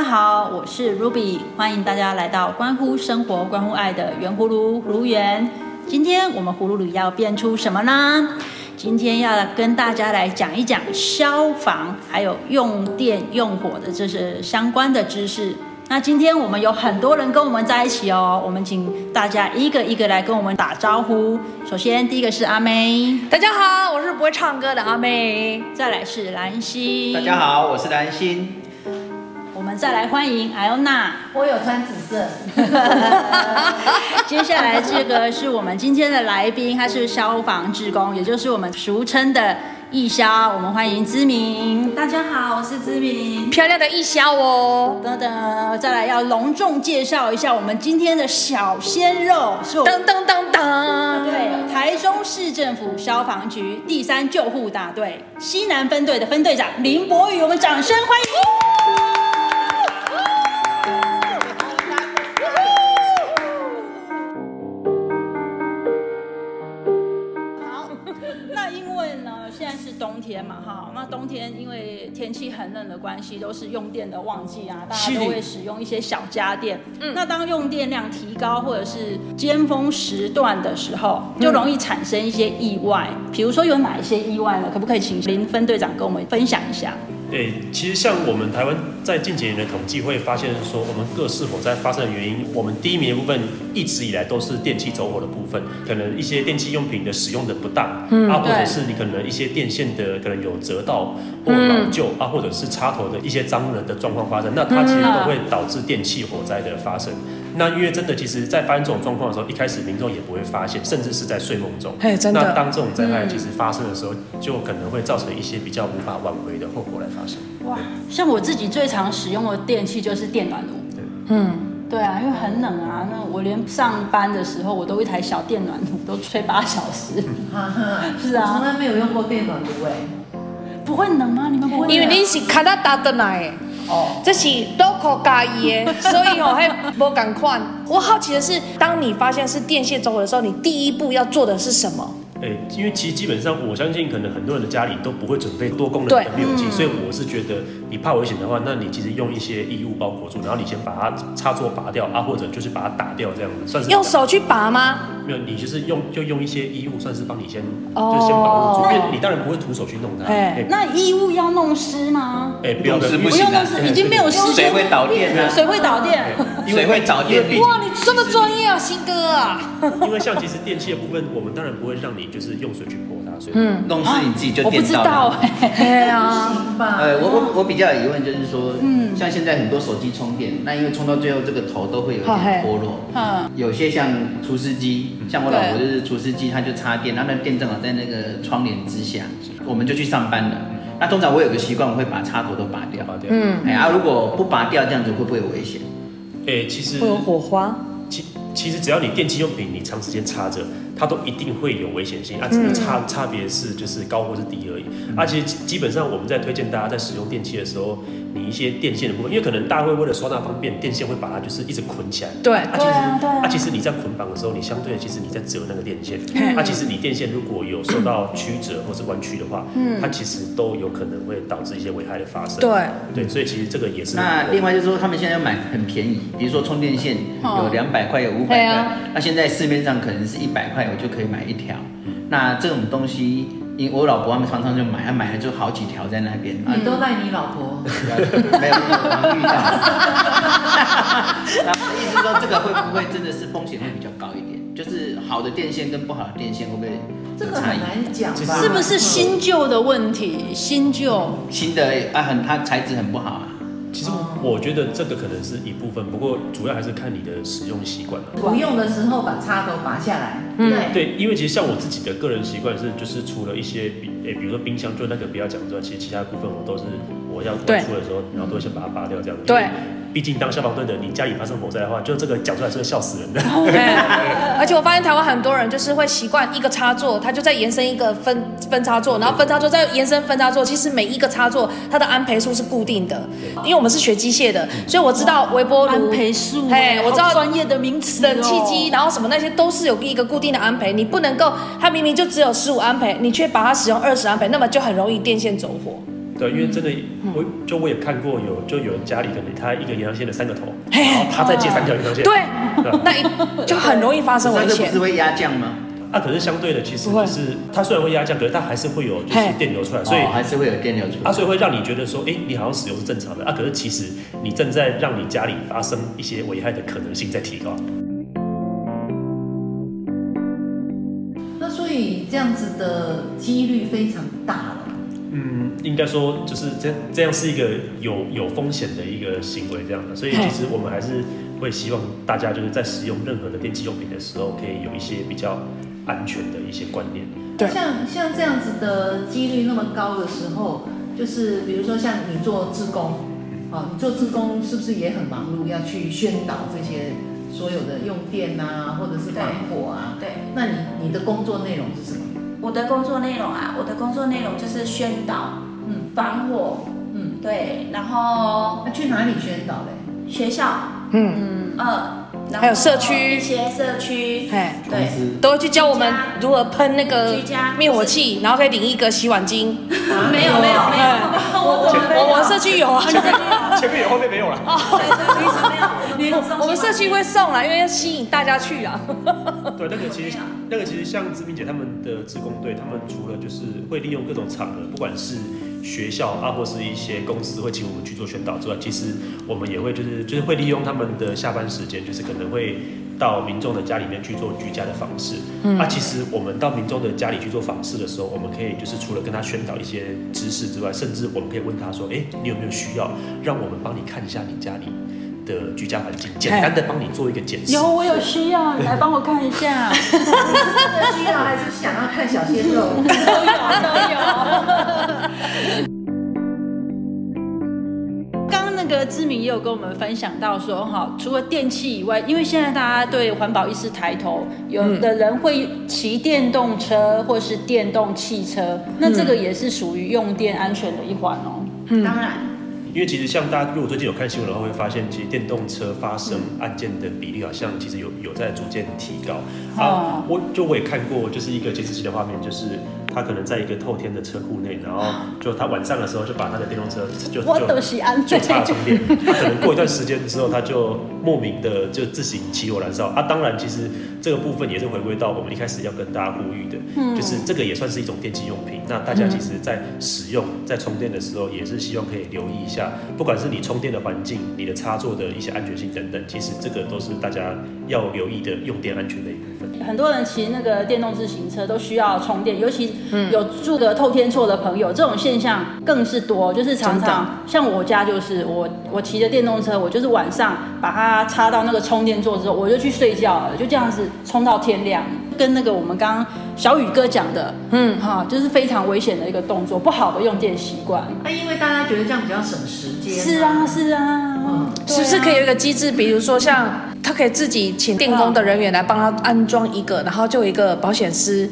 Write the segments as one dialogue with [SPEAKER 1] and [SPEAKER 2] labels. [SPEAKER 1] 我是 Ruby，欢迎大家来到关乎生活、关乎爱的圆葫芦葫芦园。今天我们葫芦里要变出什么呢？今天要跟大家来讲一讲消防还有用电用火的，这是相关的知识。那今天我们有很多人跟我们在一起哦，我们请大家一个一个来跟我们打招呼。首先第一个是阿妹，
[SPEAKER 2] 大家好，我是不会唱歌的阿妹。
[SPEAKER 1] 再来是兰溪，
[SPEAKER 3] 大家好，我是蓝心。
[SPEAKER 1] 我们再来欢迎艾欧娜。
[SPEAKER 4] 我有穿紫色，
[SPEAKER 1] 接下来这个是我们今天的来宾，他是消防志工，也就是我们俗称的义消。我们欢迎知名。
[SPEAKER 4] 大家好，我是知明。
[SPEAKER 2] 漂亮的一肖哦，
[SPEAKER 1] 等等，再来要隆重介绍一下我们今天的小鲜肉，是我们
[SPEAKER 2] 噔噔噔噔，
[SPEAKER 1] 对台中市政府消防局第三救护大队西南分队的分队长林博宇，我们掌声欢迎。好，那因为呢，现在是冬天嘛，哈，那冬天因为天气很冷的关系，都是用电的旺季啊，大家
[SPEAKER 2] 是
[SPEAKER 1] 都会使用一些小家电。嗯，那当用电量提高或者是尖峰时段的时候，就容易产生一些意外。比如说有哪一些意外呢？可不可以请林分队长跟我们分享一下？
[SPEAKER 5] 诶、其实像我们台湾在近几年的统计会发现说，我们各式火灾发生的原因，我们第一名的部分一直以来都是电器走火的部分，可能一些电器用品的使用的不当，啊，或者
[SPEAKER 1] 对
[SPEAKER 5] 是你可能一些电线的可能有折到或老旧、啊，或者是插头的一些脏人的状况发生，那它其实都会导致电器火灾的发生。那因为真的，其实，在发生这种状况的时候，一开始民众也不会发现，甚至是在睡梦中。
[SPEAKER 2] 嘿哎真的
[SPEAKER 5] 那当这种灾害其实发生的时候，就可能会造成一些比较无法挽回的后果来发生。
[SPEAKER 1] 哇，像我自己最常使用的电器就是电暖炉。
[SPEAKER 5] 对
[SPEAKER 2] 嗯，
[SPEAKER 1] 对啊，因为很冷啊，那我连上班的时候我都一台小电暖炉，都吹八小时，
[SPEAKER 4] 哈哈，
[SPEAKER 1] 是啊
[SPEAKER 4] 我从来没有用过电暖炉哎。
[SPEAKER 1] 不会冷吗？你们不会冷？
[SPEAKER 2] 因为你是卡达达的来，
[SPEAKER 4] 哦，
[SPEAKER 2] 这是 local 加一的，所以哦， 还无敢看。我好奇的是，当你发现是电线走火的时候，你第一步要做的是什么？
[SPEAKER 5] 诶、哎因为其实基本上，我相信可能很多人的家里都不会准备多功能的灭火
[SPEAKER 2] 嗯
[SPEAKER 5] 器，所以我是觉得你怕危险的话，那你其实用一些衣物包裹住，然后你先把它插座拔掉啊，或者就是把它打掉这样子，算是
[SPEAKER 2] 用手去拔吗？
[SPEAKER 5] 没有，你就是用就用一些衣物，算是帮你先、
[SPEAKER 2] 哦
[SPEAKER 5] 就先保护住，因为你当然不会徒手去弄它。
[SPEAKER 2] 哎
[SPEAKER 5] 哎
[SPEAKER 1] 那衣物要弄湿吗？
[SPEAKER 5] 哎，不要
[SPEAKER 3] 不是
[SPEAKER 1] 不
[SPEAKER 3] 行
[SPEAKER 1] 用
[SPEAKER 3] 啊
[SPEAKER 1] 弄湿，已经没有时
[SPEAKER 3] 水
[SPEAKER 1] 间。
[SPEAKER 3] 会导电啊，
[SPEAKER 1] 水会导电。
[SPEAKER 5] 因为
[SPEAKER 3] 水会导电力。
[SPEAKER 2] 哇，你这么专业啊，新哥啊！
[SPEAKER 5] 因为像其实电器的部分，我们当然不会让你就是用水去泼它，所以
[SPEAKER 2] 嗯，
[SPEAKER 3] 弄湿你自己就
[SPEAKER 1] 我不
[SPEAKER 3] 电
[SPEAKER 1] 知
[SPEAKER 3] 到
[SPEAKER 1] 道
[SPEAKER 3] 了。
[SPEAKER 1] 哎、
[SPEAKER 2] 对啊，
[SPEAKER 4] 行吧。
[SPEAKER 3] 呃，我我我比较有疑问就是说，
[SPEAKER 1] 嗯
[SPEAKER 3] 嗯，像现在很多手机充电，那因为充到最后这个头都会有一
[SPEAKER 2] 好嘿
[SPEAKER 3] 点脱落。
[SPEAKER 1] 嗯，
[SPEAKER 3] 有些像除湿机，像我老婆就是除湿机，她就插电，然后那电正好在那个窗帘之下，我们就去上班了。那通常我有个习惯，我会把插头都拔掉。拔掉。
[SPEAKER 2] 嗯，
[SPEAKER 3] 哎啊，如果不拔掉，这样子会不会有危险？
[SPEAKER 5] 哎、其实
[SPEAKER 2] 会有火花。
[SPEAKER 5] 其其实只要你电器用品你长时间插着，它都一定会有危险性啊，只
[SPEAKER 1] 嗯
[SPEAKER 5] 是差差别是就是高或是低而已。而且基基本上我们在推荐大家在使用电器的时候，你一些电线的部分，因为可能大家会为了收纳方便，电线会把它就是一直捆起来。
[SPEAKER 2] 对
[SPEAKER 5] 啊，其实
[SPEAKER 1] 对啊对啊
[SPEAKER 5] 其实你在捆绑的时候，你相对的其实你在折那个电线，
[SPEAKER 1] 嗯
[SPEAKER 5] 啊，其实你电线如果有受到曲折或是弯曲的话，
[SPEAKER 1] 嗯
[SPEAKER 5] 它其实都有可能会导致一些危害的发生。
[SPEAKER 2] 对，
[SPEAKER 5] 对，所以其实这个也是
[SPEAKER 3] 那另外就是说，他们现在买很便宜，比如说充电线有两百块，有五百
[SPEAKER 2] 对啊
[SPEAKER 3] 块。那现在市面上可能是一百块，我就可以买一条。那这种东西，因为我老婆他们常常就买，她买了就好几条在那边。啊
[SPEAKER 4] 你都赖你老婆。
[SPEAKER 3] 没有没有常遇到。然后意思说，这个会不会真的是风险会比较高一点？就是好的电线跟不好的电线会不会
[SPEAKER 4] 这
[SPEAKER 3] 有
[SPEAKER 4] 个
[SPEAKER 3] 差异
[SPEAKER 4] 很？难讲
[SPEAKER 5] 其
[SPEAKER 4] 吧？
[SPEAKER 5] 实
[SPEAKER 1] 是不是新旧的问题？新旧
[SPEAKER 3] 新的啊，很它材质很不好啊。
[SPEAKER 5] 其实
[SPEAKER 2] 哦
[SPEAKER 5] 我觉得这个可能是一部分，不过主要还是看你的使用习惯了。
[SPEAKER 4] 不用的时候把插头拔下来。
[SPEAKER 2] 嗯
[SPEAKER 4] 对。
[SPEAKER 5] 对，因为其实像我自己的个人习惯是，就是除了一些比诶、比如说冰箱就那个不要讲之外，其实其他部分我都是我要
[SPEAKER 2] 对
[SPEAKER 5] 外出的时候，然后都会先把它拔掉这样子。
[SPEAKER 2] 对，
[SPEAKER 5] 毕竟当消防队的，你家里发生火灾的话，就这个讲出来是会笑死 人的。
[SPEAKER 2] 而且我发现台湾很多人就是会习惯一个插座，它就再延伸一个分分插座，然后分插座再延伸分插座。其实每一个插座它的安培数是固定的，因为我们是学机械的，所以我知道微波
[SPEAKER 1] 哦安
[SPEAKER 2] 炉、
[SPEAKER 1] 培数、
[SPEAKER 2] 嘿
[SPEAKER 1] 哎，
[SPEAKER 2] 我知
[SPEAKER 1] 好
[SPEAKER 2] 道
[SPEAKER 1] 专业的名词、
[SPEAKER 2] 冷气机，，然后什么那些都是有一个固定的安培，你不能够它明明就只有十五安培，你却把它使用二十安培，那么就很容易电线走火。
[SPEAKER 5] 对，因为真的，
[SPEAKER 2] 嗯
[SPEAKER 5] 我就我也看过有，就有人家里可能他一个延长线的三个头，然后他再接三条延长线，
[SPEAKER 2] 对
[SPEAKER 5] 对，
[SPEAKER 2] 那一就很容易发生 危
[SPEAKER 3] 那这不
[SPEAKER 2] 险
[SPEAKER 3] 是。会压降吗？
[SPEAKER 5] 啊，可是相对的，其实
[SPEAKER 2] 不会
[SPEAKER 5] 就是它虽然会压降，可是它还是会有就是
[SPEAKER 2] 嘿
[SPEAKER 5] 电流出来，所以
[SPEAKER 3] 哦还是会有电流出
[SPEAKER 5] 啊，
[SPEAKER 3] 来。
[SPEAKER 5] 所以会让你觉得说，哎、你好像使用是正常的啊，可是其实你正在让你家里发生一些危害的可能性在提高。
[SPEAKER 4] 那所以这样子的几率非常大了。
[SPEAKER 5] 嗯，应该说就是这这样是一个有有风险的一个行为这样的，所以
[SPEAKER 2] 嘿
[SPEAKER 5] 其实我们还是会希望大家就是在使用任何的电器用品的时候，可以有一些比较安全的一些观念。
[SPEAKER 2] 对
[SPEAKER 4] 像像这样子的几率那么高的时候，就是比如说像你做志工，哦，你做志工是不是也很忙碌，要去宣导这些所有的用电啊，或者是防火啊？
[SPEAKER 6] 对，
[SPEAKER 4] 那你你的工作内容是什么？
[SPEAKER 6] 我的工作内容啊，我的工作内容就是宣导
[SPEAKER 4] 嗯
[SPEAKER 6] 防火，
[SPEAKER 4] 嗯，
[SPEAKER 6] 对，然后
[SPEAKER 4] 那啊去哪里宣导嘞？
[SPEAKER 6] 学校，
[SPEAKER 2] 嗯，
[SPEAKER 6] 嗯，呃，然后
[SPEAKER 2] 还有社区
[SPEAKER 6] 一些社区，
[SPEAKER 2] 哎，
[SPEAKER 6] 对，
[SPEAKER 2] 都会去教我们如何喷那个
[SPEAKER 6] 居家
[SPEAKER 2] 灭火器，然后可以领一个洗碗巾。
[SPEAKER 6] 没有没
[SPEAKER 4] 哦
[SPEAKER 6] 有没有，
[SPEAKER 1] 嗯
[SPEAKER 6] 我怎么没有
[SPEAKER 2] 我我们社区 有啊，
[SPEAKER 5] 前面有，后面没有了。
[SPEAKER 6] 对没有没有，没有
[SPEAKER 2] 我们社区会送啦，因为要吸引大家去啊。
[SPEAKER 5] 对，啊那个其实那个其实像志明姐他们的志工队，他们除了就是会利用各种场合，不管是学校啊，或是一些公司会请我们去做宣导之外，其实我们也会就是就是会利用他们的下班时间，就是可能会到民众的家里面去做居家的访视。嗯，啊，其实我们到民众的家里去做访视的时候，我们可以就是除了跟他宣导一些知识之外，甚至我们可以问他说，哎、你有没有需要，让我们帮你看一下你家里的居家环境，简单的帮你做一个检视。
[SPEAKER 1] 有我有需要，你来帮我看一 下。
[SPEAKER 4] 那需要还是想要看小鲜肉？
[SPEAKER 1] 都有都有。 刚刚那个知名也有跟我们分享到说，哈，除了电器以外，因为现在大家对环保意识抬头，有的人会骑电动车或是电动汽车，那这个也是属于用电安全的一环哦。
[SPEAKER 6] 当然。
[SPEAKER 5] 因为其实像大家如果最近有看新闻的话，会发现其实电动车发生
[SPEAKER 1] 嗯
[SPEAKER 5] 案件的比例好像其实有有在逐渐提高。
[SPEAKER 1] 哦
[SPEAKER 5] 啊，我就我也看过，就是一个监视器的画面，就是他可能在一个透天的车库内，然后就他晚上的时候就把他的电动车就
[SPEAKER 1] 我都
[SPEAKER 5] 就是
[SPEAKER 1] 安
[SPEAKER 5] 就
[SPEAKER 1] 全。
[SPEAKER 5] 插充电，他可能过一段时间之后，他就莫名的就自行起火燃烧啊。当然，其实这个部分也是回归到我们一开始要跟大家呼吁的，
[SPEAKER 1] 嗯
[SPEAKER 5] 就是这个也算是一种电器用品。那大家其实在使用、在充电的时候，也是希望可以留意一下，不管是你充电的环境、你的插座的一些安全性等等，其实这个都是大家要留意的用电安全的一部分。
[SPEAKER 1] 很多人骑那个电动自行车都需要充电，尤其
[SPEAKER 2] 嗯
[SPEAKER 1] 有住的透天厝的朋友，这种现象更是多。就是常常像我家就是我我骑着电动车，我就是晚上把它插到那个充电座之后，我就去睡觉了，就这样子充到天亮。跟那个我们刚刚小宇哥讲的，嗯，哈，就是非常危险的一个动作，不好的用电习惯。
[SPEAKER 4] 那因为大家觉得这样比较省时间。
[SPEAKER 1] 是。啊，是啊，
[SPEAKER 4] 嗯
[SPEAKER 1] 对啊
[SPEAKER 2] 是不是可以有一个机制，比如说像他可以自己请电工的人员来帮他安装一个，然后就有一个保险丝，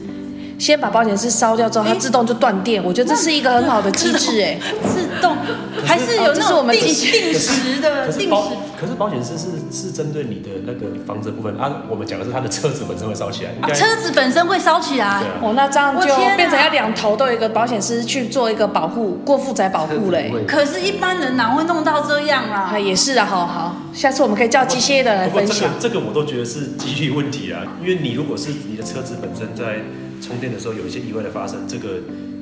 [SPEAKER 2] 先把保险丝烧掉之后，它自动就断电。我觉得这是一个很好的机制，哎，
[SPEAKER 1] 自动，还是有
[SPEAKER 2] 哦这
[SPEAKER 1] 那
[SPEAKER 2] 是我
[SPEAKER 1] 种
[SPEAKER 2] 们
[SPEAKER 1] 定
[SPEAKER 2] 自己
[SPEAKER 1] 定时的
[SPEAKER 5] 可是
[SPEAKER 1] 定
[SPEAKER 5] 保
[SPEAKER 1] 时。，
[SPEAKER 5] 可是保险丝是是针对你的那个房子的部分啊。我们讲的是他的车子本身会烧起来，应
[SPEAKER 1] 啊
[SPEAKER 5] 该、
[SPEAKER 1] 车子本身会烧起来
[SPEAKER 5] 对，啊
[SPEAKER 2] 哦，那这样就
[SPEAKER 1] 我天啊
[SPEAKER 2] 变成要两头都有一个保险丝去做一个保护，过负载保护嘞。
[SPEAKER 3] 会
[SPEAKER 1] 可是，一般人哪会弄到这样啊
[SPEAKER 2] 啊，？也是啊，好好，下次我们可以叫机械的来
[SPEAKER 5] 不过
[SPEAKER 2] 分
[SPEAKER 5] 这
[SPEAKER 2] 享
[SPEAKER 5] 个。这个我都觉得是几率问题啊，因为你如果是你的车子本身在充电的时候有一些意外的发生，这个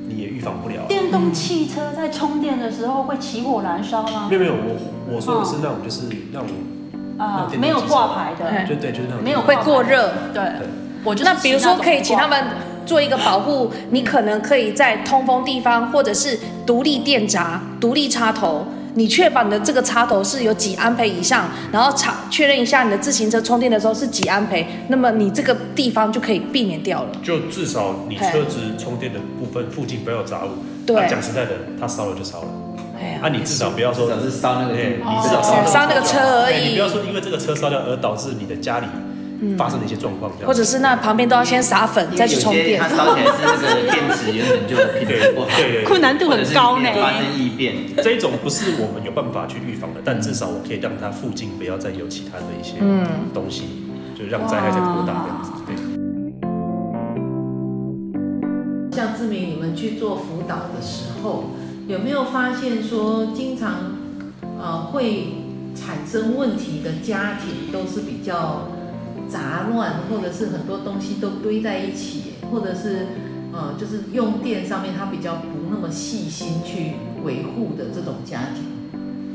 [SPEAKER 5] 你也预防不了啊。
[SPEAKER 1] 电动汽车在充电的时候会起火燃烧吗
[SPEAKER 5] 没？有没有，我我说的是那种就是那种，
[SPEAKER 1] 啊
[SPEAKER 5] 那、电动汽车
[SPEAKER 1] 没有挂牌的
[SPEAKER 2] 哎，
[SPEAKER 5] 就对，就是那种
[SPEAKER 1] 没有
[SPEAKER 2] 会过热。
[SPEAKER 1] 对。
[SPEAKER 5] 对
[SPEAKER 1] 我就是
[SPEAKER 2] 那比如说，可以请他
[SPEAKER 1] 骑那种
[SPEAKER 2] 们做一个保护，你可能可以在通风地方，或者是独立电闸、独立插头，你确保你的这个插头是有几安培以上，然后查确认一下你的自行车充电的时候是几安培，那么你这个地方就可以避免掉了。
[SPEAKER 5] 就至少你
[SPEAKER 2] 嘿
[SPEAKER 5] 车子充电的部分附近不要有杂物。
[SPEAKER 2] 对
[SPEAKER 5] 那讲实在的，它烧了就烧了，
[SPEAKER 2] 哎呀
[SPEAKER 5] 啊，你至少不要
[SPEAKER 3] 至
[SPEAKER 5] 说
[SPEAKER 3] 少是烧那个
[SPEAKER 5] 对，
[SPEAKER 3] 电，
[SPEAKER 5] 你至少
[SPEAKER 2] 哦烧那个车而已
[SPEAKER 5] 对你不要说因为这个车烧掉而导致你的家里发生了一些状况，这样
[SPEAKER 2] 或者是那旁边都要先撒粉
[SPEAKER 3] 因
[SPEAKER 2] 再
[SPEAKER 3] 为
[SPEAKER 2] 去
[SPEAKER 3] 有
[SPEAKER 2] 充
[SPEAKER 3] 些
[SPEAKER 2] 电
[SPEAKER 3] 它。烧起来是那个电池原本就品质不好，
[SPEAKER 5] 对对对
[SPEAKER 1] 困难度
[SPEAKER 3] 或者是
[SPEAKER 1] 很高呢
[SPEAKER 3] 里面。发生异变。
[SPEAKER 5] 这一种不是我们有办法去预防的，但至少我可以让它附近不要再有其他的一些
[SPEAKER 2] 嗯
[SPEAKER 5] 东西，就让灾害再扩大这样子。对，
[SPEAKER 4] 像志明，你们去做辅导的时候，有没有发现说，经常呃会产生问题的家庭都是比较杂乱，或者是很多东西都堆在一起，或者是呃就是用电上面它比较不那么细心去维护的这种家庭。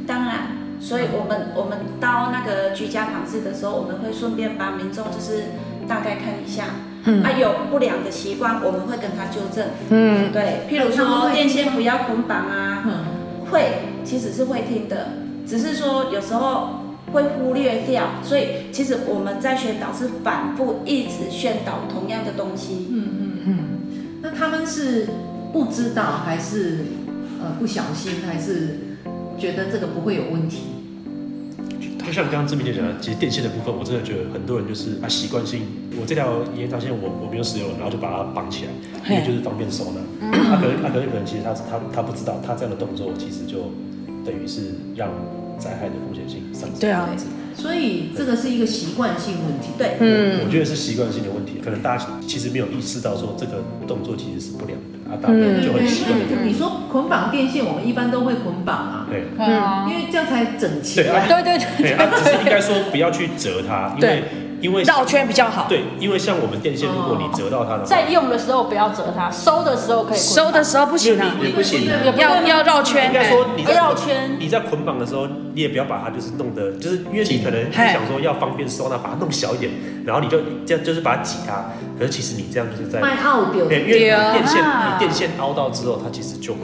[SPEAKER 6] 当然，所以我们我们到那个居家防治的时候，我们会顺便帮民众就是大概看一下，
[SPEAKER 2] 嗯
[SPEAKER 6] 啊有不良的习惯，我们会跟他纠正。
[SPEAKER 2] 嗯，
[SPEAKER 6] 对，譬如
[SPEAKER 4] 那他们
[SPEAKER 6] 说
[SPEAKER 4] 会
[SPEAKER 6] 电线不要捆绑啊，
[SPEAKER 4] 嗯，
[SPEAKER 6] 会其实是会听的，只是说有时候会忽略掉，所以其实我们在宣导是反复一直宣导同样的东西。
[SPEAKER 1] 嗯
[SPEAKER 4] 那他们是不知道还是呃不小心，还是觉得这个不会有问题？
[SPEAKER 5] 就像刚刚志明姐讲的，其实电线的部分，我真的觉得很多人就是啊习惯性，我这条延长线我我没有使用了，然后就把它绑起来，因为就是方便收纳。
[SPEAKER 2] 嗯
[SPEAKER 5] 他可能他可能可能其实他他他不知道，他这样的动作其实就等于是让灾害的风险性上升。
[SPEAKER 2] 对啊，
[SPEAKER 4] 所以这个是一个习惯性问题。
[SPEAKER 6] 对，
[SPEAKER 2] 嗯
[SPEAKER 5] 我觉得是习惯性的问题，可能大家其实没有意识到说这个动作其实是不良的，啊，
[SPEAKER 2] 嗯
[SPEAKER 5] 大家就很习惯
[SPEAKER 4] 因为你说捆绑电线，我们一般都会捆绑啊，
[SPEAKER 5] 对。
[SPEAKER 4] 因为这样才整齐
[SPEAKER 5] 对
[SPEAKER 4] 啊
[SPEAKER 5] 啊。
[SPEAKER 2] 嗯对对对
[SPEAKER 5] 对，啊，只是应该说不要去折它，因为因为
[SPEAKER 2] 绕圈比较好，
[SPEAKER 5] 对，因为像我们电线，如果你折到它的
[SPEAKER 1] 哦
[SPEAKER 5] 话，
[SPEAKER 7] 在用的时候不要折它，收的时候可以捆绑
[SPEAKER 2] 收的时候不行啊，
[SPEAKER 3] 也不行啊。
[SPEAKER 2] 要要绕圈欸
[SPEAKER 5] 应，该说你在
[SPEAKER 7] 绕圈
[SPEAKER 5] 你在捆绑的时候，你也不要把它就是弄得，就是因为你可能你想说要方便收纳，把它弄小一点，然后你就这样就是把它挤它，可是其实你这样就是在。
[SPEAKER 4] 卖奥丢，
[SPEAKER 5] 对，因为你
[SPEAKER 2] 对啊嗯
[SPEAKER 5] 电线你电线凹到之后，它其实就会，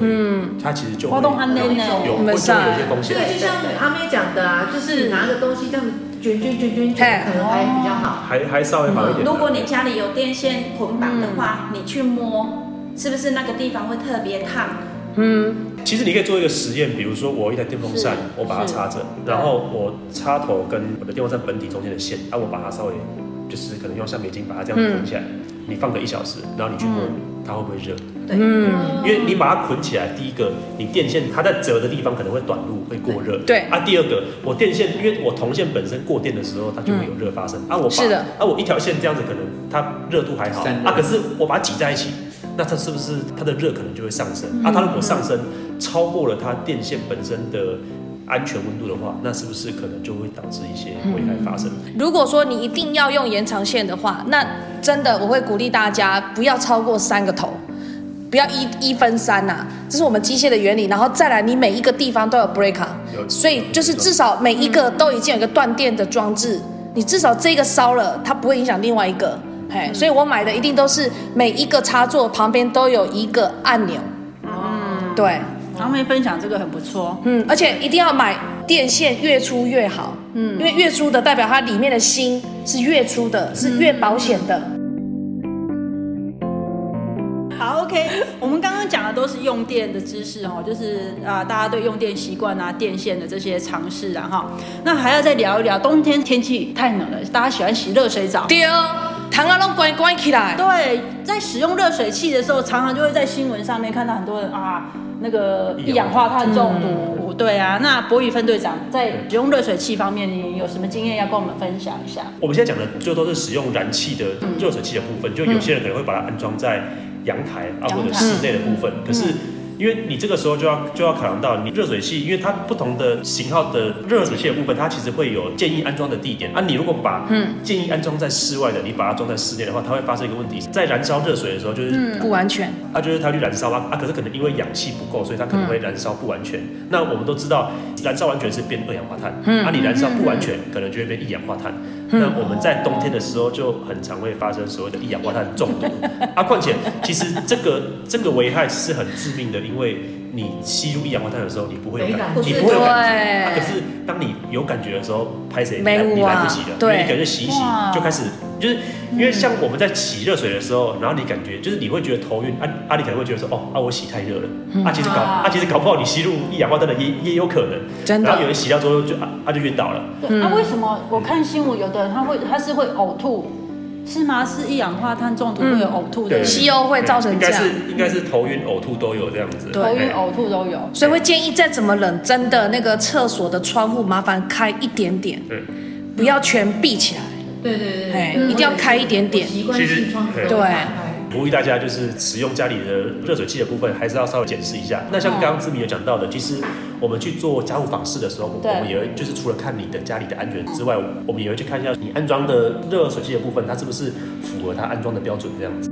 [SPEAKER 5] 它其实就会
[SPEAKER 7] 我
[SPEAKER 5] 有
[SPEAKER 7] 懂安内呢
[SPEAKER 1] 哦
[SPEAKER 5] 有
[SPEAKER 2] 没
[SPEAKER 5] 会
[SPEAKER 2] 事
[SPEAKER 5] 就会有一些风
[SPEAKER 4] 这
[SPEAKER 5] 险
[SPEAKER 4] 个。就像阿妹讲的啊，就是拿个东西这样卷卷卷卷卷，
[SPEAKER 2] 嘿
[SPEAKER 4] 可能还比较好。
[SPEAKER 5] 还还稍微好
[SPEAKER 1] 嗯
[SPEAKER 5] 一点的。
[SPEAKER 6] 如果你家里有电线捆绑的话，你去摸，是不是那个地方会特别烫？
[SPEAKER 2] 嗯，
[SPEAKER 5] 其实你可以做一个实验，比如说我有一台电风扇
[SPEAKER 7] 是，
[SPEAKER 5] 我把它插着，然后我插头跟我的电风扇本体中间的线，啊，我把它稍微就是可能用橡皮筋把它这样捆起来，
[SPEAKER 7] 嗯
[SPEAKER 5] 你放个一小时，然后你去摸、它会不会热？
[SPEAKER 6] 对，
[SPEAKER 2] 嗯
[SPEAKER 1] 嗯
[SPEAKER 5] 因为你把它捆起来，第一个你电线它在折的地方可能会短路，会过热。
[SPEAKER 2] 对
[SPEAKER 5] 啊，第二个我电线，因为我铜线本身过电的时候它就会有热发生，啊，我把
[SPEAKER 2] 嗯是的
[SPEAKER 5] 啊我一条线这样子可能它热度还好，
[SPEAKER 3] 散热
[SPEAKER 5] 啊，可是我把它挤在一起，那它是不是它的热可能就会上升？
[SPEAKER 2] 嗯
[SPEAKER 5] 啊，它如果上升超过了它电线本身的。安全温度的话，那是不是可能就会导致一些危害发生？
[SPEAKER 2] 如果说你一定要用延长线的话，那真的我会鼓励大家不要超过三个头，不要一一分三呐、啊这是我们机械的原理。然后再来，你每一个地方都有 breaker，
[SPEAKER 5] 有嗯
[SPEAKER 2] 所以就是至少每一个都已经有一个断电的装置，你至少这个烧了，它不会影响另外一个。嘿，
[SPEAKER 5] 嗯
[SPEAKER 2] 所以我买的一定都是每一个插座旁边都有一个按钮。
[SPEAKER 5] 哦
[SPEAKER 2] 嗯，对。
[SPEAKER 1] 阿妹分享这个很不错，
[SPEAKER 2] 嗯，而且一定要买电线越粗越好，嗯，因为越粗的代表它里面的芯是越粗的，是越保险的。
[SPEAKER 7] 好，OK，我们刚刚讲的都是用电的知识哦，就是啊、大家对用电习惯啊、电线的这些常识啊哈。那还要再聊一聊，冬天天气太冷了，大家喜欢洗热水澡。
[SPEAKER 2] 对哦，糖啊拢关关起来，
[SPEAKER 7] 对，在使用热水器的时候，常常就会在新闻上面看到很多人啊，那个一氧化碳中毒。对啊，那博宇分队长在使用热水器方面，你有什么经验要跟我们分享一下？
[SPEAKER 5] 我们现在讲的就都是使用燃气的
[SPEAKER 7] 嗯
[SPEAKER 5] 热水器的部分，就有些人可能会把它安装在阳台
[SPEAKER 7] 阳台
[SPEAKER 5] 啊
[SPEAKER 7] 嗯
[SPEAKER 5] 或者室内的部分，可是。因为你这个时候就要就要考量到你热水器，因为它不同的型号的热水器的部分，它其实会有建议安装的地点啊。你如果把
[SPEAKER 7] 嗯
[SPEAKER 5] 建议安装在室外的，你把它装在室内的话，它会发生一个问题，在燃烧热水的时候，就是
[SPEAKER 7] 嗯
[SPEAKER 2] 不完全。
[SPEAKER 5] 它就是它去燃烧啊，啊，可是可能因为氧气不够，所以它可能会燃烧不完全。那我们都知道，燃烧完全是变二氧化碳，啊，你燃烧不完全，可能就会变一氧化碳。那我们在冬天的时候就很常会发生所谓的一氧化碳中毒啊。况且，其实这个这个危害是很致命的，因为你吸入一氧化碳的时候，你不会有
[SPEAKER 4] 没
[SPEAKER 5] 感
[SPEAKER 4] 感，
[SPEAKER 5] 你
[SPEAKER 6] 觉
[SPEAKER 5] 不会有感觉。啊可
[SPEAKER 2] 对，
[SPEAKER 5] 是当你有感觉的时候，拍谁你
[SPEAKER 2] 没
[SPEAKER 5] 来你
[SPEAKER 2] 有啊
[SPEAKER 5] 来不及了，因
[SPEAKER 2] 对
[SPEAKER 5] 为你可能就洗一洗
[SPEAKER 7] 哇
[SPEAKER 5] 就开始，
[SPEAKER 2] 嗯
[SPEAKER 5] 就是因为像我们在洗热水的时候，然后你感觉就是你会觉得头晕，啊啊，你可能会觉得说，哦啊，我洗太热了，
[SPEAKER 2] 嗯
[SPEAKER 5] 啊其实搞啊其实搞不好你吸入一氧化碳的也也有可能，
[SPEAKER 2] 真的
[SPEAKER 5] 然后有人洗掉之后就啊啊就晕倒了，
[SPEAKER 7] 对，那、为什么我看新闻，有的人他会他是会呕吐，是吗？是一氧化碳中毒会有呕吐的
[SPEAKER 5] 对，
[SPEAKER 7] 人，
[SPEAKER 2] 吸油会造成
[SPEAKER 5] 嗯应该
[SPEAKER 2] 这
[SPEAKER 5] 是
[SPEAKER 2] 样
[SPEAKER 5] 应该是头晕呕吐都有这样子，
[SPEAKER 2] 对
[SPEAKER 7] 头晕
[SPEAKER 5] 哎
[SPEAKER 7] 呕吐都有。
[SPEAKER 2] 所以会建议再怎么冷，真的那个厕所的窗户麻烦开一点点，
[SPEAKER 5] 对，
[SPEAKER 2] 不要全闭起来。
[SPEAKER 4] 对对对
[SPEAKER 2] 嘿
[SPEAKER 4] 对，
[SPEAKER 2] 一定要开一点点
[SPEAKER 4] 我习惯性窗口
[SPEAKER 5] 其实
[SPEAKER 4] 都
[SPEAKER 2] 对
[SPEAKER 4] 打开。
[SPEAKER 5] 呼吁大家就是使用家里的热水器的部分，还是要稍微检视一下。那像刚刚志明有讲到的，其实我们去做家务访视的时候，我
[SPEAKER 7] 对
[SPEAKER 5] 们也会就是除了看你的家里的安全之外，我们也会去看一下你安装的热水器的部分，它是不是符合它安装的标准这样子。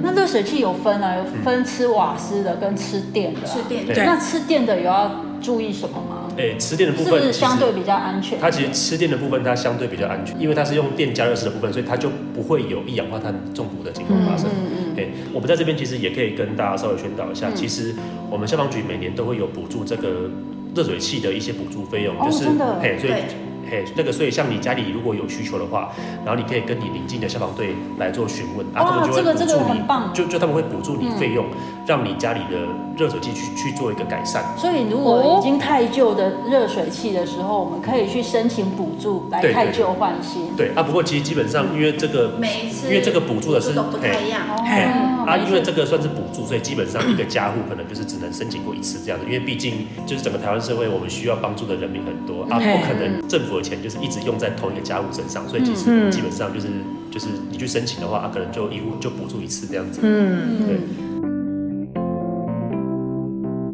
[SPEAKER 7] 那热水器有分啊，有分吃瓦斯的跟吃电的啊、
[SPEAKER 6] 吃电
[SPEAKER 5] 嗯对
[SPEAKER 7] 那吃电的有要注意什么吗？
[SPEAKER 5] 诶、吃电的部
[SPEAKER 7] 是
[SPEAKER 5] 分
[SPEAKER 7] 不是
[SPEAKER 5] 其实
[SPEAKER 7] 相对比较安全？
[SPEAKER 5] 它其实吃电的部分，它相对比较安全，因为它是用电加热式的部分，所以它就不会有一氧化碳中毒的情况发生。嗯对，我们在这边其实也可以跟大家稍微宣导一
[SPEAKER 7] 嗯
[SPEAKER 5] 下，其实我们消防局每年都会有补助这个热水器的一些补助费用，
[SPEAKER 7] 哦
[SPEAKER 5] 就是
[SPEAKER 7] 真的
[SPEAKER 5] 嘿，所以
[SPEAKER 6] 对。
[SPEAKER 5] 嘿，那个，所以像你家里如果有需求的话，然后你可以跟你邻近的消防队来做询问，啊，
[SPEAKER 7] 哇
[SPEAKER 5] 他们
[SPEAKER 7] 这
[SPEAKER 5] 就会
[SPEAKER 7] 个
[SPEAKER 5] 补
[SPEAKER 7] 这个
[SPEAKER 5] 助你
[SPEAKER 7] 很棒，嗯
[SPEAKER 5] 就就他们会补助你费用，让你家里的热水器去去做一个改善。
[SPEAKER 7] 所以如
[SPEAKER 6] 哦
[SPEAKER 7] 果已经太旧的热水器的时候，我们可以去申请补助来
[SPEAKER 5] 对对
[SPEAKER 7] 太旧换新。
[SPEAKER 5] 对啊，不过其实基本上因为这个
[SPEAKER 6] 每一次
[SPEAKER 5] 因为这个补助的是
[SPEAKER 6] 都不太一样，
[SPEAKER 5] 嘿
[SPEAKER 7] 哦
[SPEAKER 5] 啊，因为这个算是补助，所以基本上一个家户可能就是只能申请过一次这样子，因为毕竟就是整个台湾社会，我们需要帮助的人民很多啊，
[SPEAKER 7] 嘿
[SPEAKER 5] 不可能政府的钱就是一直用在同一个家户身上，所以其实
[SPEAKER 2] 嗯
[SPEAKER 5] 基本上就是就是你去申请的话，啊，可能就一户就补助一次这样子。
[SPEAKER 2] 嗯，
[SPEAKER 5] 对
[SPEAKER 7] 嗯，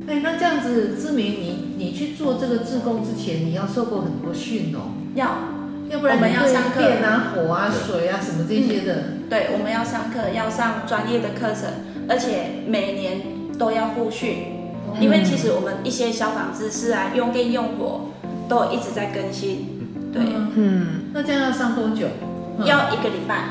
[SPEAKER 4] 哎，那这样子，志明，你你去做这个志工之前，你要受过很多训哦，
[SPEAKER 6] 要
[SPEAKER 4] 要不然
[SPEAKER 6] 我们
[SPEAKER 4] 你
[SPEAKER 6] 要
[SPEAKER 4] 对
[SPEAKER 6] 上课嗯
[SPEAKER 4] 电啊、火啊、水啊什么这些的，
[SPEAKER 6] 对，我们要上课，要上专业的课程，而且每年都要复训，
[SPEAKER 7] 哦
[SPEAKER 6] 因为其实我们一些消防知识啊，用电用火都一直在更新，对，
[SPEAKER 4] 嗯，那这样要上多久？嗯
[SPEAKER 6] 要一个礼拜。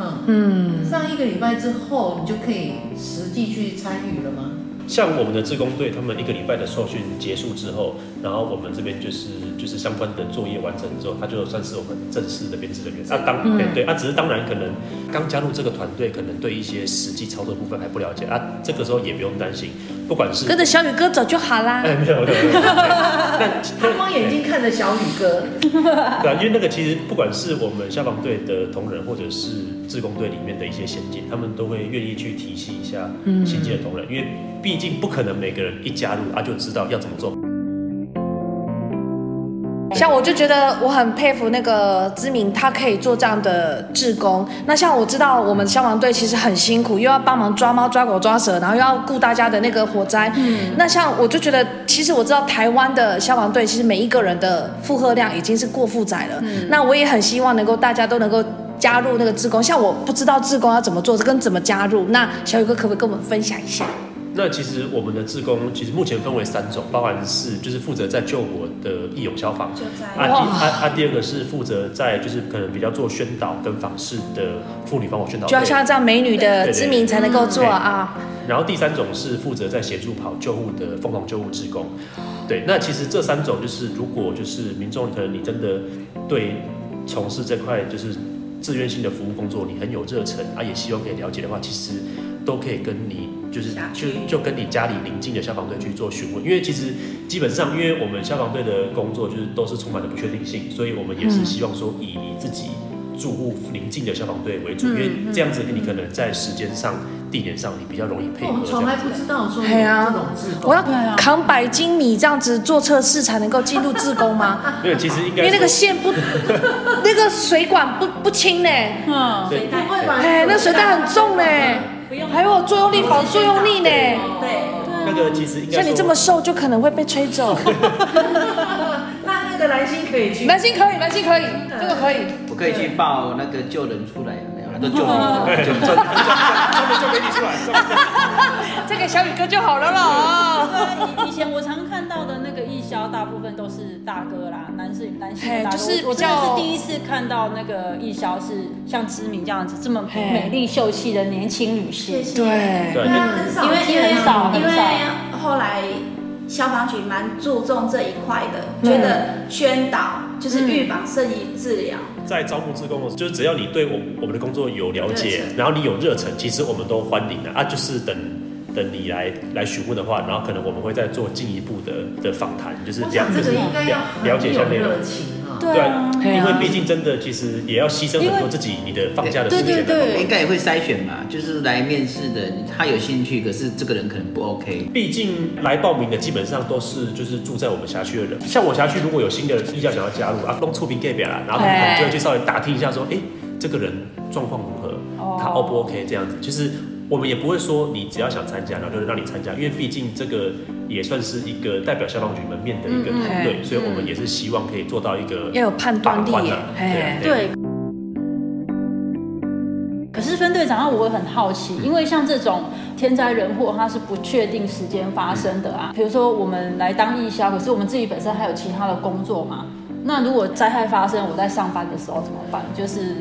[SPEAKER 4] 嗯嗯，上一个礼拜之后，你就可以实际去参与了吗？
[SPEAKER 5] 像我们的志工队，他们一个礼拜的受训结束之后，然后我们这边就是就是相关的作业完成之后，他就算是我们正式的编制人员。啊，当对对啊，只是当然可能刚加入这个团队，可能对一些实际操作部分还不了解啊，这个时候也不用担心，不管是
[SPEAKER 2] 跟着小雨哥走就好啦。
[SPEAKER 5] 哎没有没有没有， 那
[SPEAKER 4] 他光眼睛看着小宇哥，
[SPEAKER 5] 对啊，因为那个其实不管是我们消防队的同仁，或者是志工队里面的一些先进，他们都会愿意去提携一下新进的同仁，因为毕竟不可能每个人一加入啊就知道要怎么做。
[SPEAKER 2] 像我就觉得我很佩服那个知名，他可以做这样的志工。那像我知道我们消防队其实很辛苦，又要帮忙抓猫、抓狗、抓蛇，然后又要顾大家的那个火灾。嗯，那像我就觉得，其实我知道台湾的消防队其实每一个人的负荷量已经是过负载了。嗯，那我也很希望能够大家都能够。加入那个志工，像我不知道志工要怎么做，跟怎么加入。那小宇哥可不可以跟我们分享一下？
[SPEAKER 5] 那其实我们的志工其实目前分为三种，包含是就是负责在救火的义勇消防，
[SPEAKER 6] 救灾
[SPEAKER 5] 啊第啊啊第二个是负责在就是可能比较做宣导跟访视的妇女防火宣导
[SPEAKER 2] 就要
[SPEAKER 5] 队，
[SPEAKER 2] 像这样美女的知名才能够做啊。
[SPEAKER 5] 然后第三种是负责在协助跑救护的凤凰救护志工。对，那其实这三种就是如果就是民众可能你真的对从事这块就是志愿性的服务工作，你很有热忱啊，也希望可以了解的话，其实都可以跟你就是
[SPEAKER 6] 辖
[SPEAKER 5] 就
[SPEAKER 6] 区
[SPEAKER 5] 就跟你家里邻近的消防队去做询问，因为其实基本上，因为我们消防队的工作就是都是充满了不确定性，所以我们也
[SPEAKER 2] 嗯
[SPEAKER 5] 是希望说以你自己住户邻近的消防队为
[SPEAKER 2] 嗯
[SPEAKER 5] 主，因为这样子你可能在时间上、地点上你比较容易配合
[SPEAKER 4] 我
[SPEAKER 2] 哦
[SPEAKER 4] 们
[SPEAKER 5] 这样
[SPEAKER 4] 从来
[SPEAKER 5] 子。
[SPEAKER 4] 不知道说有
[SPEAKER 2] 嘿啊
[SPEAKER 4] 这种志工。
[SPEAKER 2] 我要
[SPEAKER 5] 啊
[SPEAKER 2] 扛百斤米这样子做测试才能够进入自工吗？
[SPEAKER 5] 因为其实应
[SPEAKER 2] 因
[SPEAKER 5] 该
[SPEAKER 2] 为那个
[SPEAKER 5] 说
[SPEAKER 2] 线不，那个水管不不清呢、
[SPEAKER 7] 嗯，
[SPEAKER 5] 对
[SPEAKER 4] 不会吧？
[SPEAKER 2] 哎，那水袋很重呢、
[SPEAKER 6] 不用
[SPEAKER 2] 还有作用力反作用力呢、
[SPEAKER 7] 哦
[SPEAKER 5] 那
[SPEAKER 6] 对，
[SPEAKER 5] 个其实应该
[SPEAKER 2] 像你
[SPEAKER 5] 说
[SPEAKER 2] 这么瘦，就可能会被吹走。
[SPEAKER 4] 那那个蓝心可以去。
[SPEAKER 2] 蛮心可以，蛮心可以，这个可以。
[SPEAKER 3] 我可以去报那个救人出来有没有？那都救你，救你。
[SPEAKER 2] 这给小宇哥就好了啦。
[SPEAKER 7] 对以以前我常看到的那个义消，大部分都是大哥啦，男士男性的大哥。
[SPEAKER 2] 嘿就是
[SPEAKER 7] 我我
[SPEAKER 2] 比
[SPEAKER 7] 真的
[SPEAKER 2] 较
[SPEAKER 7] 是第一次看到那个义消是像知名这样子这么
[SPEAKER 2] 嘿
[SPEAKER 7] 美丽秀气的年轻女性
[SPEAKER 6] 谢。谢。
[SPEAKER 2] 对，
[SPEAKER 5] 对，
[SPEAKER 4] 对
[SPEAKER 5] 那
[SPEAKER 4] 啊，很少
[SPEAKER 6] 因为因为
[SPEAKER 7] 很少很
[SPEAKER 6] 因
[SPEAKER 7] 少
[SPEAKER 6] 为后来消防局蛮注重这一块的，觉得宣导就是预防胜于治疗。
[SPEAKER 5] 在招募志工的时候，就是只要你对我我们的工作有了解
[SPEAKER 6] 热，忱
[SPEAKER 5] 然后你有热忱，其实我们都欢迎的啊。就是等等你来来询问的话，然后可能我们会再做进一步的的访谈，就是
[SPEAKER 4] 我
[SPEAKER 5] 这样
[SPEAKER 4] 想这
[SPEAKER 5] 子
[SPEAKER 4] 个应该要
[SPEAKER 5] 了解
[SPEAKER 4] 很
[SPEAKER 5] 一下
[SPEAKER 4] 有
[SPEAKER 5] 内容。
[SPEAKER 4] 热情啊。
[SPEAKER 7] 对啊，
[SPEAKER 2] 对
[SPEAKER 5] 因
[SPEAKER 2] 啊
[SPEAKER 5] 为毕竟真的其实也要牺牲很多自己你的放假的时间。
[SPEAKER 3] 我应该也会筛选嘛，就是来面试的，他有兴趣，可是这个人可能不 OK。
[SPEAKER 5] 毕竟来报名的基本上都是就是住在我们辖区的人，像我辖区如果有新的意向想要加入啊，弄触屏 gay 表啦，然后他们可能就会去稍微打听一下说，哎、这个人状况如何，
[SPEAKER 2] 哦
[SPEAKER 5] 它 O 不 OK 这样子，就是我们也不会说你只要想参加，然后就让你参加，因为毕竟这个也算是一个代表消防局门面的一个
[SPEAKER 2] 嗯嗯
[SPEAKER 5] 团队，所以我们也是希望可以做到一个
[SPEAKER 2] 要有判
[SPEAKER 5] 把
[SPEAKER 2] 断力
[SPEAKER 5] 关
[SPEAKER 2] 耶
[SPEAKER 5] 啊，，对啊
[SPEAKER 2] 嘿，
[SPEAKER 5] 对啊。
[SPEAKER 1] 对。可是分队长，那我也很好奇，
[SPEAKER 5] 嗯
[SPEAKER 1] 因为像这种天灾人祸，它是不确定时间发生的
[SPEAKER 5] 嗯
[SPEAKER 1] 啊。比如说我们来当义消，可是我们自己本身还有其他的工作嘛。那如果灾害发生，我在上班的时候怎么办？就是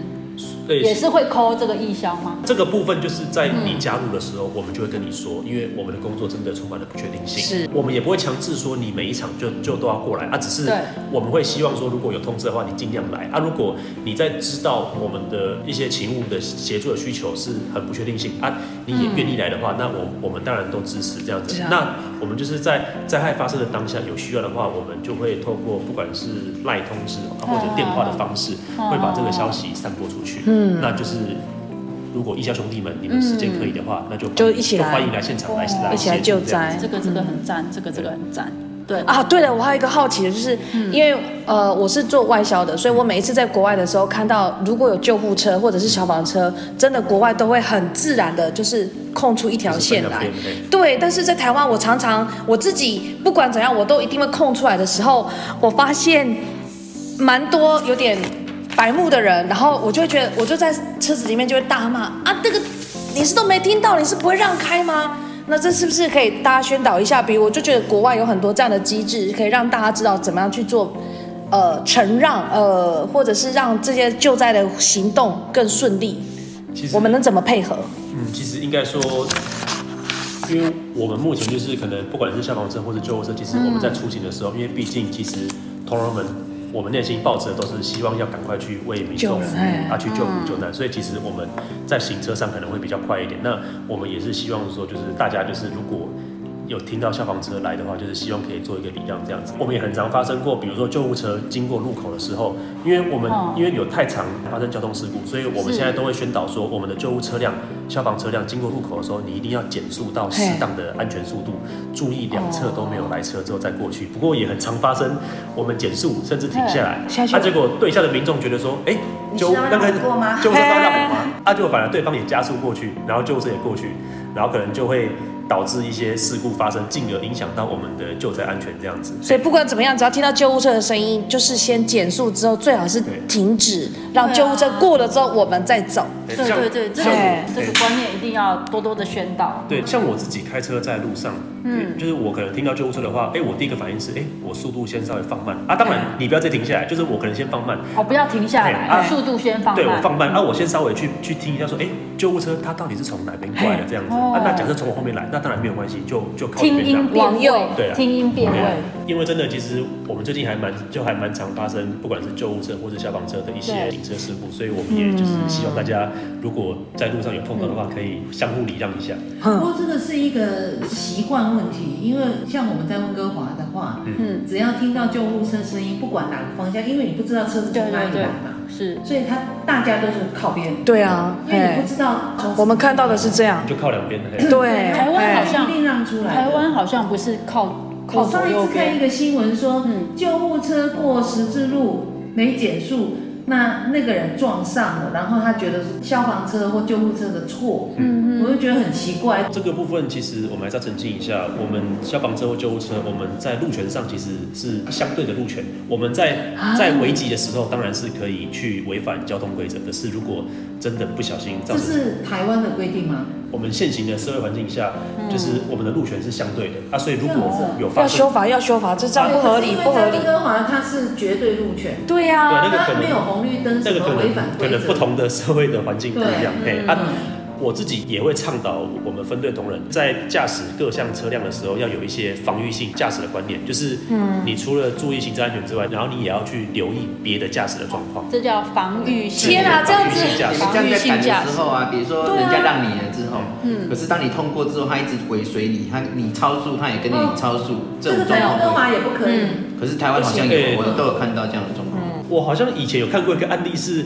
[SPEAKER 5] 对
[SPEAKER 1] 也是会扣这个义消吗？
[SPEAKER 5] 这个部分就是在你加入的时候，我们就会跟你说，因为我们的工作真的充满了不确定性，
[SPEAKER 2] 是
[SPEAKER 5] 我们也不会强制说你每一场就就都要过来啊，只是
[SPEAKER 1] 对
[SPEAKER 5] 我们会希望说，如果有通知的话，你尽量来啊。如果你在知道我们的一些勤务的协助的需求是很不确定性啊，你也愿意来的话，那我我们当然都支持这样
[SPEAKER 2] 嗯
[SPEAKER 5] 子
[SPEAKER 2] 是啊。
[SPEAKER 5] 那我们就是在灾害发生的当下有需要的话，我们就会透过不管是赖通知啊或者电话的方式，
[SPEAKER 2] 嗯
[SPEAKER 5] 会把这个消息散播出
[SPEAKER 2] 哦
[SPEAKER 5] 去。嗯，那就是如果义消兄弟们你们时间可以的话，那就
[SPEAKER 2] 就一起来哦
[SPEAKER 5] 欢迎来现场来来
[SPEAKER 2] 一起来
[SPEAKER 5] 协助
[SPEAKER 2] 救
[SPEAKER 5] 这样子
[SPEAKER 2] 灾
[SPEAKER 1] 这个这个很赞，这个这个很赞。对
[SPEAKER 2] 啊，对了，我还有一个好奇的，就是、因为呃，我是做外销的，所以我每一次在国外的时候，看到如果有救护车或者是消防车，真的国外都会很自然的，就是空出一条线来
[SPEAKER 5] 就是分两边。
[SPEAKER 2] 对，但是在台湾，我常常我自己不管怎样，我都一定会空出来的时候，我发现蛮多有点白目的人，然后我就会觉得，我就在车子里面就会大骂啊，这个你是都没听到，你是不会让开吗？那这是不是可以大家宣导一下？比如我就觉得国外有很多这样的机制，可以让大家知道怎么样去做，呃，承让，呃，或者是让这些救灾的行动更顺利。
[SPEAKER 5] 其实
[SPEAKER 2] 我们能怎么配合？
[SPEAKER 5] 嗯，其实应该说，因为我们目前就是可能不管是消防车或是救护车，其实我们在出行的时候，因为毕竟其实同仁们。我们内心抱着都是希望要赶快去为民
[SPEAKER 2] 救
[SPEAKER 5] 众
[SPEAKER 2] 人
[SPEAKER 5] 服务，啊，去救苦救难，所以其实我们在行车上可能会比较快一点。那我们也是希望说，就是大家就是如果有听到消防车来的话，就是希望可以做一个礼让这样子。我们也很常发生过，比如说救护车经过路口的时候，因为我们、
[SPEAKER 6] 嗯
[SPEAKER 1] 哦
[SPEAKER 5] 因为有太常发生交通事故，所以我们
[SPEAKER 1] 是
[SPEAKER 5] 现在都会宣导说，我们的救护车辆、消防车辆经过路口的时候，你一定要减速到适当的安全速度，注意两侧都没有来车之后再过去。不过也很常发生，我们减速甚至停下来，
[SPEAKER 2] 下去
[SPEAKER 5] 啊，结果对下的民众觉得说，哎、
[SPEAKER 6] 你
[SPEAKER 5] 救
[SPEAKER 6] 是要
[SPEAKER 5] 那个
[SPEAKER 6] 让我过吗
[SPEAKER 5] 救护车要让我吗？啊，结果反而对方也加速过去，然后救护车也过去，然后可能就会导致一些事故发生，进而影响到我们的救灾安全这样子。
[SPEAKER 2] 所以不管怎么样，只要听到救护车的声音，就是先减速，之后最好是
[SPEAKER 5] 对
[SPEAKER 2] 停止，让救护车过了之后我们再走。
[SPEAKER 5] 对
[SPEAKER 1] 对对对，这个
[SPEAKER 2] 哎
[SPEAKER 1] 这个观念一定要多多的宣导。
[SPEAKER 5] 对，像我自己开车在路上，嗯，就是我可能听到救护车的话，哎、我第一个反应是，哎、我速度先稍微放慢啊。
[SPEAKER 1] 嗯
[SPEAKER 5] 当然，你不要再停下来，就是我可能先放慢，
[SPEAKER 1] 哦，不要停下
[SPEAKER 5] 哎
[SPEAKER 1] 来，
[SPEAKER 5] 啊
[SPEAKER 1] 速度先放
[SPEAKER 5] 对我
[SPEAKER 1] 慢。
[SPEAKER 5] 放慢啊，我先稍微去去听一下，说，哎、救护车它到底是从哪边过来的这样子、
[SPEAKER 1] 哦
[SPEAKER 5] 啊？那假设从我后面来，那当然没有关系，就就靠这
[SPEAKER 1] 听音
[SPEAKER 5] 边这样子。
[SPEAKER 1] 辨
[SPEAKER 2] 往右
[SPEAKER 5] 对
[SPEAKER 1] 位，
[SPEAKER 5] 啊
[SPEAKER 1] 听音辨
[SPEAKER 5] 对啊
[SPEAKER 1] 位。
[SPEAKER 5] 因为真的，其实我们最近还蛮就还蛮常发生，不管是救护车或者消防车的一些
[SPEAKER 1] 对
[SPEAKER 5] 行车事故，所以我们也就是希望大家，如果在路上有碰到的
[SPEAKER 4] 嗯
[SPEAKER 5] 话，可以相互礼让一下。
[SPEAKER 4] 不过这个是一个习惯问题，因为像我们在温哥华的话，嗯，只要听到救护车声音，不管哪个方向，因为你不知道车子从哪里来嘛，
[SPEAKER 1] 是
[SPEAKER 4] 所以他大家都是靠边，
[SPEAKER 2] 对啊，
[SPEAKER 4] 因为你
[SPEAKER 2] 哎
[SPEAKER 4] 不，知道从
[SPEAKER 2] 我们看到的是这样。
[SPEAKER 5] 就靠两边的。嘿
[SPEAKER 2] 对，
[SPEAKER 1] 台湾好
[SPEAKER 2] 哎
[SPEAKER 1] 像
[SPEAKER 4] 一定让出来的。
[SPEAKER 1] 台湾好像不是靠靠
[SPEAKER 4] 我
[SPEAKER 1] 左
[SPEAKER 4] 上一
[SPEAKER 1] 右
[SPEAKER 4] 次看一
[SPEAKER 1] 边，
[SPEAKER 4] 个新闻说，
[SPEAKER 1] 嗯
[SPEAKER 4] 救护车过十字路没减速，那那个人撞上了，然后他觉得是消防车或救护车的错，嗯我就觉得很奇怪。
[SPEAKER 5] 这个部分其实我们还是要澄清一下，我们消防车或救护车，我们在路权上其实是相对的路权。我们在
[SPEAKER 4] 啊
[SPEAKER 5] 在危急的时候，当然是可以去违反交通规则。可是如果真的不小心造
[SPEAKER 4] 这
[SPEAKER 5] 成
[SPEAKER 4] 是台湾的规定吗？
[SPEAKER 5] 我们现行的社会环境下，就是我们的路权是相对的啊，所以如
[SPEAKER 4] 嗯这
[SPEAKER 5] 果
[SPEAKER 4] 样子
[SPEAKER 5] 有发
[SPEAKER 2] 要
[SPEAKER 5] 生
[SPEAKER 2] 修法，要修法，这这样不合理，
[SPEAKER 4] 可是
[SPEAKER 2] 不
[SPEAKER 4] 因
[SPEAKER 2] 合
[SPEAKER 4] 为在
[SPEAKER 2] 理
[SPEAKER 4] 温。哥华它是绝对路权，
[SPEAKER 2] 对啊呀、
[SPEAKER 5] 对那个可能
[SPEAKER 4] 它没有红绿灯，
[SPEAKER 5] 这
[SPEAKER 4] 什
[SPEAKER 5] 个可
[SPEAKER 4] 么违反
[SPEAKER 5] 能可
[SPEAKER 4] 规
[SPEAKER 5] 能
[SPEAKER 4] 则
[SPEAKER 5] 不。同的社会的环境不一样，嘿
[SPEAKER 4] 对嗯
[SPEAKER 5] 啊。我自己也会倡导我们分队同仁在驾驶各项车辆的时候，要有一些防御性驾驶的观念，就是，
[SPEAKER 4] 嗯
[SPEAKER 5] 你除了注意行车安全之外，然后你也要去留意别的驾驶的状况。
[SPEAKER 1] 这叫防御性。
[SPEAKER 2] 天啊，这样子
[SPEAKER 5] 防御性驾驶
[SPEAKER 3] 这
[SPEAKER 1] 防
[SPEAKER 3] 样
[SPEAKER 1] 御
[SPEAKER 3] 在
[SPEAKER 1] 性
[SPEAKER 3] 赶
[SPEAKER 1] 驾
[SPEAKER 3] 的时
[SPEAKER 1] 驶，
[SPEAKER 3] 候啊，比如说人家让你了之后，可是当你通过之后，他一直尾随你，他你超速，他也跟你
[SPEAKER 4] 哦
[SPEAKER 3] 超速，这
[SPEAKER 4] 这个
[SPEAKER 3] 种状
[SPEAKER 4] 在温哥
[SPEAKER 3] 况会。
[SPEAKER 4] 华也不可
[SPEAKER 2] 嗯
[SPEAKER 4] 以。
[SPEAKER 3] 可是台湾好像
[SPEAKER 5] 而且
[SPEAKER 3] 有，我都有看到这样的状况。
[SPEAKER 5] 我好像以前有看过一个案例是，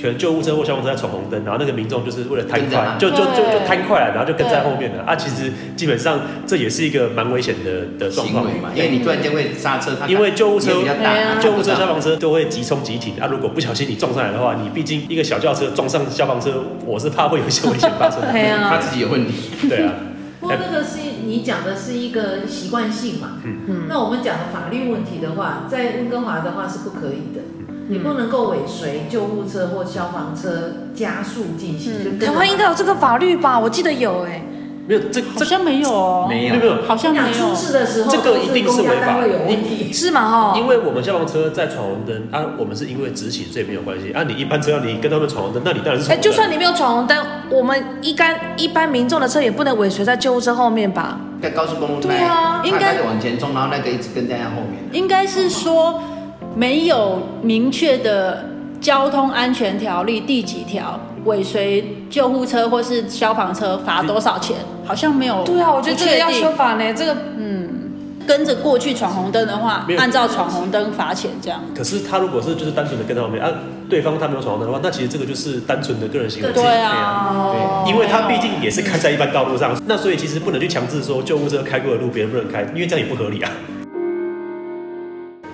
[SPEAKER 5] 可能救护车或消防车在闯红灯，然后那个民众就是为了贪
[SPEAKER 3] 跟着
[SPEAKER 5] 快
[SPEAKER 3] 他，
[SPEAKER 5] 就就就就
[SPEAKER 2] 对
[SPEAKER 5] 贪快了，然后就跟在
[SPEAKER 2] 对
[SPEAKER 5] 后面了啊。其实基本上这也是一个蛮危险的的状
[SPEAKER 3] 行
[SPEAKER 5] 况
[SPEAKER 3] 为。嘛，因为你突然间会刹车，它
[SPEAKER 5] 因为救护车
[SPEAKER 3] 也比较
[SPEAKER 2] 对啊。
[SPEAKER 3] 大，
[SPEAKER 5] 救护车、消防车都会急冲急停啊！如果不小心你撞上来的话，你毕竟一个小轿车撞上消防车，我是怕会有一些危险发生
[SPEAKER 2] 对
[SPEAKER 3] 他
[SPEAKER 2] 啊，
[SPEAKER 3] 自己有问题，
[SPEAKER 5] 对啊，
[SPEAKER 4] 不过那个是你讲的是一个习惯性嘛，
[SPEAKER 5] 嗯
[SPEAKER 4] 嗯，那我们讲的法律问题的话，在温哥华的话是不可以的，
[SPEAKER 5] 嗯
[SPEAKER 4] 你不能够尾随救护车或消防车加速进行，就跟
[SPEAKER 2] 嗯
[SPEAKER 4] 着
[SPEAKER 2] 台湾应该有这个法律吧？我记得有哎、
[SPEAKER 5] 没有这
[SPEAKER 1] 好
[SPEAKER 5] 这
[SPEAKER 1] 像没有哦，
[SPEAKER 3] 没
[SPEAKER 5] 没有没有，
[SPEAKER 1] 好像没
[SPEAKER 4] 我想出
[SPEAKER 1] 有。
[SPEAKER 4] 事的时候，
[SPEAKER 5] 这个一定是
[SPEAKER 4] 是公
[SPEAKER 5] 违
[SPEAKER 4] 家
[SPEAKER 5] 法
[SPEAKER 4] 单位有
[SPEAKER 5] 你
[SPEAKER 4] 问题。
[SPEAKER 2] 是吗？哈，
[SPEAKER 5] 因为我们消防车在闯红灯啊，我们是因为执勤所以没有关系啊。你一般车辆你跟他们闯红灯，那你当然是
[SPEAKER 2] 哎、
[SPEAKER 5] 闯红灯。
[SPEAKER 2] 就算你没有闯红灯，我们一般一般民众的车也不能尾随在救护车后面吧？
[SPEAKER 3] 在高速公路
[SPEAKER 2] 对啊
[SPEAKER 3] 那
[SPEAKER 1] 应该
[SPEAKER 3] 他开始往前冲，然后那个一直跟在他后面，
[SPEAKER 1] 应该是说没有明确的交通安全条例第几条，尾随救护车或是消防车罚多少钱，好像没有。
[SPEAKER 2] 对啊，我觉得这
[SPEAKER 1] 不
[SPEAKER 2] 个
[SPEAKER 1] 确
[SPEAKER 2] 要
[SPEAKER 1] 定
[SPEAKER 2] 修法呢，这个
[SPEAKER 1] 跟着过去闯红灯的话
[SPEAKER 5] 没，有
[SPEAKER 1] 按照闯红灯罚钱这样。
[SPEAKER 5] 可是他如果是就是单纯的跟在后面啊，对方他没有闯红灯的话，那其实这个就是单纯的个人行为。
[SPEAKER 1] 对啊，
[SPEAKER 5] 对，因为他毕竟也是开在一般道路上，那所以其实不能去强制说救护车开过的路别人不能开，因为这样也不合理啊。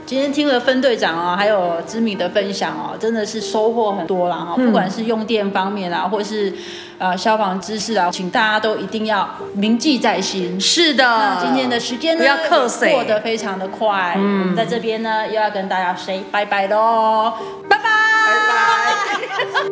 [SPEAKER 1] 今天听了分队长啊，还有知米的分享哦、真的是收获很多啦哈、
[SPEAKER 2] 嗯
[SPEAKER 1] 不管是用电方面啊，或是呃消防知识啊，请大家都一定要铭记在心。
[SPEAKER 2] 是的
[SPEAKER 1] 那。今天的时间呢，
[SPEAKER 2] 不要嗯克谁
[SPEAKER 1] 过得非常的快。我们在这边呢，又要跟大家 say 拜拜喽，拜拜。
[SPEAKER 3] 拜拜。